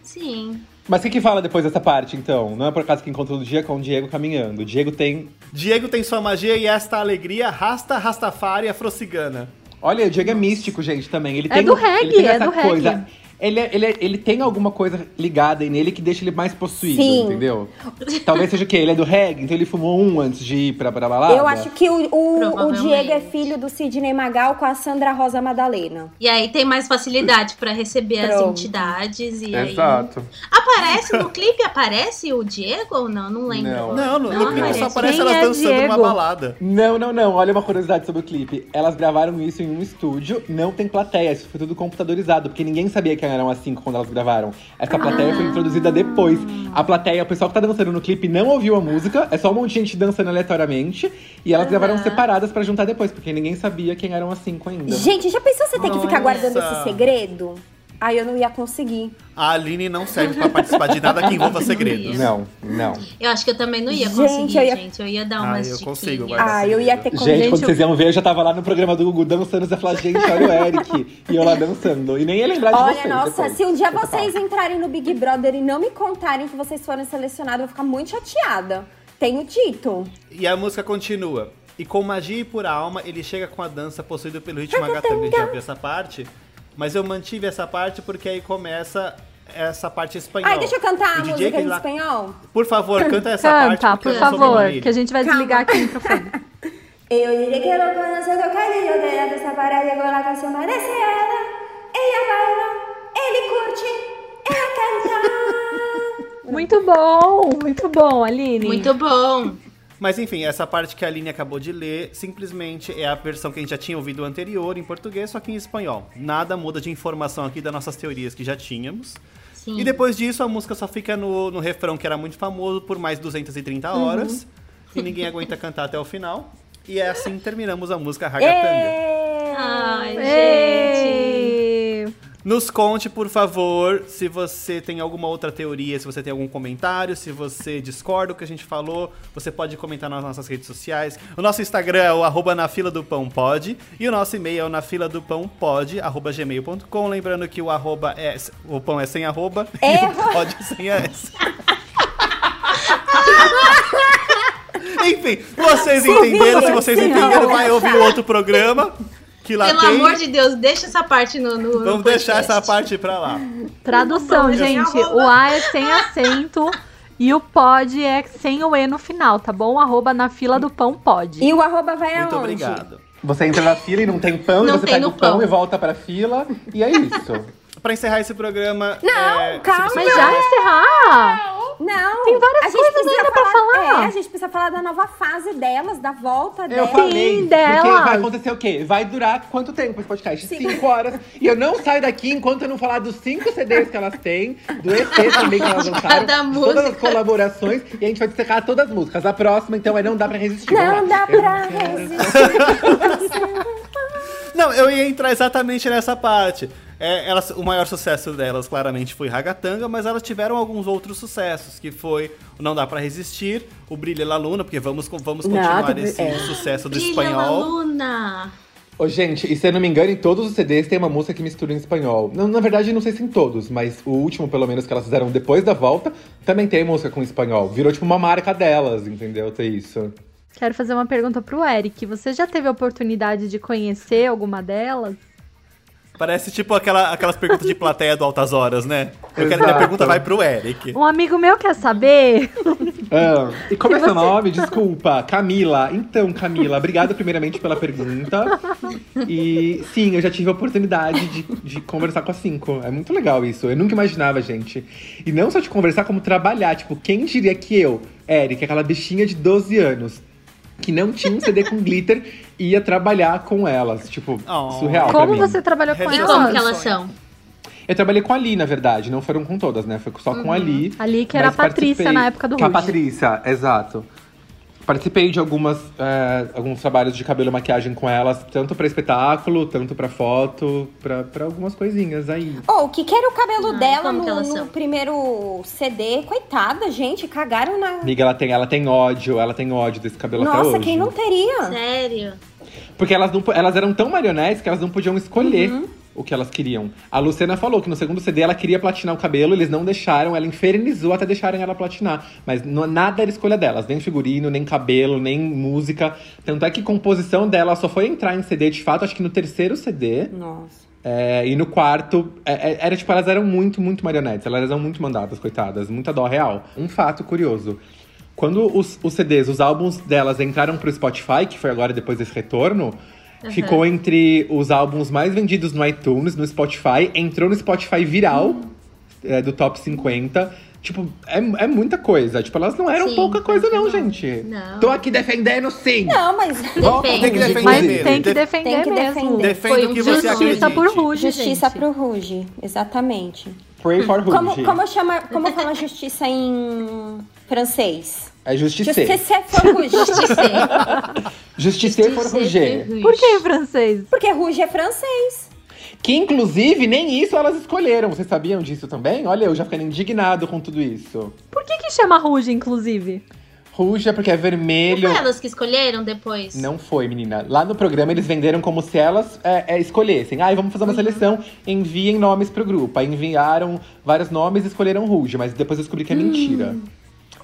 [SPEAKER 6] Sim.
[SPEAKER 7] Mas o que, que fala depois dessa parte, então? Não é por acaso que encontrou o dia com o Diego caminhando. O Diego tem.
[SPEAKER 3] Diego tem sua magia e esta alegria, rasta, rastafari, afrocigana.
[SPEAKER 7] Olha, o Diego é místico, gente, também. Ele
[SPEAKER 5] É
[SPEAKER 7] tem,
[SPEAKER 5] do reggae,
[SPEAKER 7] ele tem
[SPEAKER 5] é
[SPEAKER 7] essa
[SPEAKER 5] do reggae.
[SPEAKER 7] coisa. Ele, é- ele, é- ele tem alguma coisa ligada aí nele que deixa ele mais possuído,
[SPEAKER 4] Sim.
[SPEAKER 7] entendeu? Talvez seja o quê? Ele é do reggae, então ele fumou um antes de ir pra, pra balada?
[SPEAKER 4] Eu acho que o, o, o
[SPEAKER 6] Provavelmente.
[SPEAKER 4] Diego é filho do Sidney Magal com a Sandra Rosa Madalena.
[SPEAKER 6] E aí tem mais facilidade pra receber as
[SPEAKER 4] Pronto.
[SPEAKER 6] entidades e aí...
[SPEAKER 9] Exato.
[SPEAKER 6] Aparece no clipe, aparece o Diego ou não? Não lembro.
[SPEAKER 9] Não.
[SPEAKER 6] agora.
[SPEAKER 3] Não, no, no
[SPEAKER 6] Não,
[SPEAKER 3] clipe
[SPEAKER 6] parece.
[SPEAKER 3] só aparece
[SPEAKER 5] Quem
[SPEAKER 3] elas
[SPEAKER 5] é
[SPEAKER 3] dançando numa
[SPEAKER 5] Diego?
[SPEAKER 3] balada.
[SPEAKER 7] Não, não, não. Olha uma curiosidade sobre o clipe. Elas gravaram isso em um estúdio, não tem plateia. Isso foi tudo computadorizado, porque ninguém sabia que eram as cinco quando elas gravaram. Essa plateia
[SPEAKER 4] Ah.
[SPEAKER 7] foi introduzida depois. A plateia, o pessoal que tá dançando no clipe não ouviu a música, é só um monte de gente dançando aleatoriamente. E elas gravaram separadas pra juntar depois, porque ninguém sabia quem eram as cinco ainda.
[SPEAKER 4] Gente, já pensou você ter que ficar guardando
[SPEAKER 3] Nossa.
[SPEAKER 4] esse segredo? Aí eu não ia conseguir.
[SPEAKER 3] A Aline não serve pra participar de nada que
[SPEAKER 4] (laughs)
[SPEAKER 3] envolva segredos.
[SPEAKER 7] Não, não.
[SPEAKER 6] Eu acho que eu também não ia
[SPEAKER 4] Gente,
[SPEAKER 6] conseguir, gente.
[SPEAKER 4] eu
[SPEAKER 6] Eu
[SPEAKER 4] ia-
[SPEAKER 6] ia, dar
[SPEAKER 3] Ah,
[SPEAKER 6] umas
[SPEAKER 3] eu
[SPEAKER 6] diquinhas.
[SPEAKER 3] consigo, vai.
[SPEAKER 4] Ah, eu ia ter como.
[SPEAKER 7] Gente, quando
[SPEAKER 5] eu-
[SPEAKER 7] vocês iam ver, eu já tava lá no programa do Gugu dançando, você ia falar, gente, olha o Eric. e eu lá dançando. E nem ia lembrar de
[SPEAKER 4] Olha,
[SPEAKER 7] vocês.
[SPEAKER 4] nossa,
[SPEAKER 7] depois.
[SPEAKER 4] se um dia vocês entrarem no Big Brother e não me contarem que vocês foram selecionados, eu vou ficar muito chateada. Tenho dito.
[SPEAKER 3] E a música continua. E com magia e pura alma, ele chega com a dança possuído pelo ritmo
[SPEAKER 4] um
[SPEAKER 3] Agatami. Já viu essa parte? Mas eu mantive essa parte porque aí começa essa parte em espanhol.
[SPEAKER 4] Ai, deixa eu cantar
[SPEAKER 3] O
[SPEAKER 4] a
[SPEAKER 3] DJ
[SPEAKER 4] música
[SPEAKER 3] que
[SPEAKER 4] em
[SPEAKER 3] lá-
[SPEAKER 4] espanhol.
[SPEAKER 3] Por favor, canta essa
[SPEAKER 5] Canta,
[SPEAKER 3] parte. porque
[SPEAKER 5] por
[SPEAKER 3] eu não sou bom
[SPEAKER 5] favor,
[SPEAKER 3] ali.
[SPEAKER 5] que a gente vai desligar aqui o microfone.
[SPEAKER 4] Eu diré que lo conoce tocar y yo te la desapará, llegó la canción más deseada. Ella baila, ele curte, ela canta.
[SPEAKER 5] Muito bom, muito bom, Aline.
[SPEAKER 6] Muito bom.
[SPEAKER 3] Mas enfim, essa parte que a Aline acabou de ler, simplesmente é a versão que a gente já tinha ouvido anterior em português, só que em espanhol. Nada muda de informação aqui das nossas teorias que já tínhamos.
[SPEAKER 6] Sim.
[SPEAKER 3] E depois disso, a música só fica no, no refrão que era muito famoso por mais 230 horas. E ninguém aguenta cantar até o final. E é assim que terminamos a música Ragatanga.
[SPEAKER 6] Ai, gente.
[SPEAKER 5] Ei!
[SPEAKER 3] Nos conte, por favor, se você tem alguma outra teoria, se você tem algum comentário, se você discorda do que a gente falou, você pode comentar nas nossas redes sociais. O nosso Instagram é o arroba na fila do pão pode, e o nosso e-mail é o na fila do pão pode, arroba gmail.com. Lembrando que o arroba é, o pão é sem arroba (laughs) e o pode é sem S. Enfim, vocês entenderam, se vocês
[SPEAKER 4] se vira,
[SPEAKER 3] entenderam, vai ouvir o outro programa. Que lá
[SPEAKER 6] Pelo
[SPEAKER 3] tem.
[SPEAKER 6] amor de Deus, deixa essa parte no. no no
[SPEAKER 3] Vamos deixar
[SPEAKER 6] podcast.
[SPEAKER 3] essa parte pra lá.
[SPEAKER 5] Tradução, gente. O A é sem acento e o pod é sem o E no final, tá bom? Arroba na fila do pão
[SPEAKER 4] (laughs)
[SPEAKER 5] pod.
[SPEAKER 4] E o arroba vai
[SPEAKER 3] Muito
[SPEAKER 4] aonde?
[SPEAKER 3] obrigado.
[SPEAKER 7] Você entra na fila e não tem pão,
[SPEAKER 6] Não
[SPEAKER 7] e você
[SPEAKER 6] tem
[SPEAKER 7] pega
[SPEAKER 6] no
[SPEAKER 7] o pão,
[SPEAKER 6] pão.
[SPEAKER 7] e volta pra fila. E é isso.
[SPEAKER 3] Pra encerrar esse programa.
[SPEAKER 4] Não,
[SPEAKER 3] é, se
[SPEAKER 4] calma.
[SPEAKER 3] você-
[SPEAKER 5] Mas já encerrar?
[SPEAKER 4] Não,
[SPEAKER 5] Tem várias
[SPEAKER 4] a gente
[SPEAKER 5] coisas
[SPEAKER 4] precisa
[SPEAKER 5] ainda pra falar.
[SPEAKER 4] É, a gente precisa falar da nova fase delas, da volta
[SPEAKER 7] Eu
[SPEAKER 4] delas.
[SPEAKER 7] falei. Porque
[SPEAKER 5] delas.
[SPEAKER 7] vai acontecer o quê? Vai durar quanto tempo esse podcast? Cinco horas. E eu não saio daqui enquanto eu não falar dos cinco CDs que elas têm, do EP também que elas lançaram,
[SPEAKER 6] Cada
[SPEAKER 7] de todas as
[SPEAKER 6] música.
[SPEAKER 7] colaborações. E a gente vai dissecar todas as músicas. A próxima, então, é Não Dá Pra Resistir.
[SPEAKER 4] Não
[SPEAKER 7] Vamos lá.
[SPEAKER 4] dá
[SPEAKER 7] Eu-
[SPEAKER 4] pra resistir.
[SPEAKER 3] Não, eu ia entrar exatamente nessa parte. É, elas, o maior sucesso delas, claramente, foi Ragatanga, mas elas tiveram alguns outros sucessos, que foi o Não Dá Pra Resistir, o Brilha La Luna, porque vamos, co- vamos continuar
[SPEAKER 4] Nada,
[SPEAKER 3] esse
[SPEAKER 4] é.
[SPEAKER 3] sucesso do
[SPEAKER 6] Brilha La
[SPEAKER 3] espanhol.
[SPEAKER 6] Luna.
[SPEAKER 7] Ô, gente, e se eu não me engano, em todos os CDs tem uma música que mistura em espanhol. Não, na verdade, não sei se em todos, mas o último, pelo menos, que elas fizeram depois da volta, também tem música com espanhol. Virou tipo uma marca delas, entendeu? Ter isso.
[SPEAKER 5] Quero fazer uma pergunta pro Eric. Você já teve a oportunidade de conhecer alguma delas?
[SPEAKER 3] Parece tipo aquela, aquelas perguntas de plateia do Altas Horas, né? Eu quero, minha
[SPEAKER 7] Exato.
[SPEAKER 3] pergunta vai pro Eric.
[SPEAKER 5] Um amigo meu quer saber.
[SPEAKER 7] Ah, (laughs) e como é seu nome? Desculpa, Camila. Então, Camila, obrigado primeiramente pela pergunta. E sim, eu já tive a oportunidade de, de conversar com a Cinco. É muito legal isso. Eu nunca imaginava, gente. E não só de conversar, como trabalhar. Tipo, quem diria que eu, Eric, aquela bichinha de 12 anos, que não tinha um CD com glitter, ia trabalhar com elas. Tipo,
[SPEAKER 3] Oh.
[SPEAKER 7] surreal. pra
[SPEAKER 5] Como
[SPEAKER 7] mim.
[SPEAKER 5] você trabalhou com
[SPEAKER 3] E
[SPEAKER 6] E
[SPEAKER 3] Elas
[SPEAKER 6] como
[SPEAKER 5] ela?
[SPEAKER 6] que elas são?
[SPEAKER 7] Eu trabalhei com a Ali, na verdade. Não foram com todas, né? Foi só com a Ali.
[SPEAKER 5] Ali que era Uhum. a
[SPEAKER 7] Mas
[SPEAKER 5] Patrícia
[SPEAKER 7] participei-
[SPEAKER 5] na época do
[SPEAKER 7] que a
[SPEAKER 5] Ruge.
[SPEAKER 7] Patrícia, exato. Participei de algumas, é, alguns trabalhos de cabelo e maquiagem com elas, tanto pra espetáculo, tanto pra foto, pra pra algumas coisinhas aí.
[SPEAKER 4] Ô, o que que era o cabelo
[SPEAKER 6] Ai,
[SPEAKER 4] dela
[SPEAKER 6] como que
[SPEAKER 4] no,
[SPEAKER 6] elas
[SPEAKER 4] no
[SPEAKER 6] são?
[SPEAKER 4] primeiro CD? Coitada, gente, cagaram na.
[SPEAKER 7] Amiga, ela tem, ela tem ódio, ela tem ódio desse cabelo até
[SPEAKER 4] Nossa,
[SPEAKER 7] hoje. né?
[SPEAKER 4] quem não teria?
[SPEAKER 6] Sério?
[SPEAKER 7] Porque elas, não, po- elas eram tão marionetes que elas não podiam escolher o que elas queriam. A Luciana falou que no segundo CD ela queria platinar o cabelo, eles não deixaram, ela infernizou até deixarem ela platinar. Mas no- nada era escolha delas, nem figurino, nem cabelo, nem música. Tanto é que composição dela só foi entrar em CD de fato, acho que no terceiro CD.
[SPEAKER 4] Nossa.
[SPEAKER 7] É, e no quarto, é, é, era tipo, elas eram muito, muito marionetes. Elas eram muito mandadas, coitadas. Muita dó real. Um fato curioso. Quando os, os CDs, os álbuns delas entraram pro Spotify, que foi agora depois desse retorno, ficou entre os álbuns mais vendidos no iTunes, no Spotify. Entrou no Spotify viral é, do top 50. Tipo, é, é muita coisa. Tipo, elas não eram
[SPEAKER 6] Sim,
[SPEAKER 7] pouca coisa, não,
[SPEAKER 6] não.
[SPEAKER 7] gente.
[SPEAKER 6] Não.
[SPEAKER 7] Tô aqui defendendo sim!
[SPEAKER 4] Não, mas
[SPEAKER 3] Volta, tem que
[SPEAKER 6] Depende.
[SPEAKER 3] defender
[SPEAKER 5] Mas
[SPEAKER 3] mesmo.
[SPEAKER 5] tem
[SPEAKER 3] Def-
[SPEAKER 5] que defender
[SPEAKER 4] tem que
[SPEAKER 5] mesmo.
[SPEAKER 4] defender.
[SPEAKER 3] Defenda
[SPEAKER 6] Foi
[SPEAKER 3] o que
[SPEAKER 6] um
[SPEAKER 3] você
[SPEAKER 5] Justiça
[SPEAKER 3] acredita.
[SPEAKER 5] por Ruge,
[SPEAKER 4] justiça
[SPEAKER 5] gente.
[SPEAKER 4] pro Ruge, exatamente.
[SPEAKER 7] Pray for Ruge.
[SPEAKER 4] Como, como, chama, como fala justiça em francês?
[SPEAKER 7] É justiça.
[SPEAKER 4] Justiça pro
[SPEAKER 6] (laughs)
[SPEAKER 4] Ruge.
[SPEAKER 7] Justiça for Ruge.
[SPEAKER 5] Por que em francês?
[SPEAKER 4] Porque Ruge é francês.
[SPEAKER 7] Que inclusive nem isso elas escolheram. Vocês sabiam disso também? Olha, eu já fiquei indignado com tudo isso.
[SPEAKER 5] Por que que chama Ruge, inclusive?
[SPEAKER 7] Ruge é porque é vermelho.
[SPEAKER 6] Foi elas que escolheram depois?
[SPEAKER 7] Não foi, menina. Lá no programa eles venderam como se elas é, é, escolhessem. Ai, vamos
[SPEAKER 4] Uhum.
[SPEAKER 7] fazer uma seleção, enviem nomes pro grupo. Aí enviaram vários nomes e escolheram Ruge, mas depois eu descobri que é
[SPEAKER 4] Hum.
[SPEAKER 7] mentira.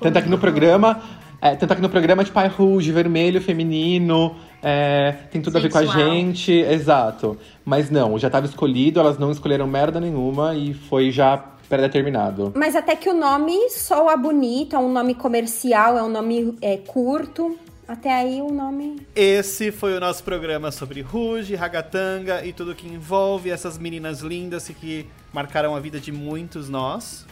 [SPEAKER 7] Tanto aqui no programa. É, tanto aqui no programa, tipo, ai, Ruge, vermelho, feminino, é, tem tudo a ver com a
[SPEAKER 6] Sensual.
[SPEAKER 7] gente, exato. Mas não, já tava escolhido, elas não escolheram merda nenhuma e foi já pré-determinado.
[SPEAKER 4] Mas até que o nome soa bonito, é um nome comercial, é um nome é, curto. Até aí o nome.
[SPEAKER 3] Esse foi o nosso programa sobre Ruge, Ragatanga e tudo que envolve essas meninas lindas e que marcaram a vida de muitos nós.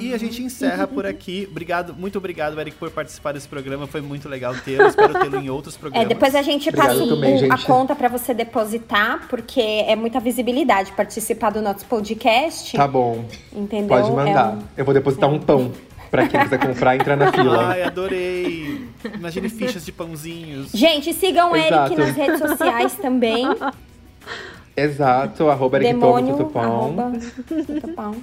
[SPEAKER 3] E a gente encerra por aqui. Obrigado, muito obrigado, Eric, por participar desse programa. Foi muito legal tê-lo. Espero tê-lo em
[SPEAKER 5] (laughs)
[SPEAKER 3] outros
[SPEAKER 4] É,
[SPEAKER 3] programas.
[SPEAKER 4] depois a gente
[SPEAKER 7] Obrigado
[SPEAKER 4] passa o-
[SPEAKER 7] também,
[SPEAKER 4] o- a
[SPEAKER 7] gente.
[SPEAKER 4] conta pra você depositar, porque é muita visibilidade participar do nosso podcast.
[SPEAKER 7] Tá bom,
[SPEAKER 4] Entendeu?
[SPEAKER 7] pode
[SPEAKER 4] É
[SPEAKER 7] mandar.
[SPEAKER 4] um-
[SPEAKER 7] Eu vou depositar um pão pra quem quiser comprar e entrar na
[SPEAKER 4] (laughs)
[SPEAKER 7] fila.
[SPEAKER 3] Ai, adorei. Imagine fichas de pãozinhos.
[SPEAKER 4] Gente, sigam o Eric
[SPEAKER 7] Exato.
[SPEAKER 4] nas redes sociais
[SPEAKER 7] (laughs)
[SPEAKER 4] também.
[SPEAKER 7] Exato, arroba
[SPEAKER 4] Demônio,
[SPEAKER 7] erictopom.
[SPEAKER 4] arroba, tutupom.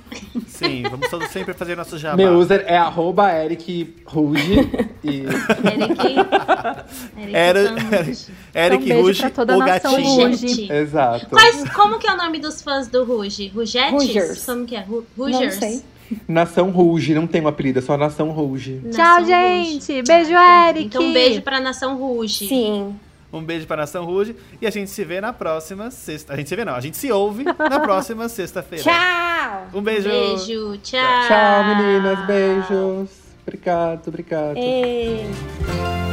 [SPEAKER 3] Sim, vamos todos sempre fazer nosso jabá.
[SPEAKER 7] Meu user é arroba
[SPEAKER 4] (laughs)
[SPEAKER 7] ericruge. e
[SPEAKER 6] Eric.
[SPEAKER 3] Era-
[SPEAKER 6] Eric.
[SPEAKER 3] Eric
[SPEAKER 5] Então, um beijo
[SPEAKER 3] Ruge,
[SPEAKER 5] pra toda a
[SPEAKER 3] o
[SPEAKER 5] nação
[SPEAKER 3] gatinho.
[SPEAKER 5] Ruge.
[SPEAKER 6] Rugete.
[SPEAKER 7] Exato.
[SPEAKER 6] Mas como que é o nome dos fãs do Ruge? Rugetes?
[SPEAKER 4] Rugers.
[SPEAKER 6] Como que é? Ru-
[SPEAKER 4] Não
[SPEAKER 6] Rugers?
[SPEAKER 4] sei.
[SPEAKER 7] Nação Ruge, não tem um apelido, é só Nação Ruge.
[SPEAKER 6] Nação
[SPEAKER 5] Tchau,
[SPEAKER 6] um Ruge.
[SPEAKER 5] gente. Beijo, Eric.
[SPEAKER 6] Então, um beijo pra Nação Ruge.
[SPEAKER 4] Sim.
[SPEAKER 3] Um beijo pra Nação Ruge. E a gente se vê na próxima sexta. A gente se vê, não. A gente se ouve na próxima sexta-feira.
[SPEAKER 4] Tchau!
[SPEAKER 3] Um
[SPEAKER 6] Beijo,
[SPEAKER 4] Ah.
[SPEAKER 6] tchau.
[SPEAKER 7] Tchau, meninas. Beijos. Obrigado, obrigado.
[SPEAKER 4] Ei.
[SPEAKER 7] Tchau.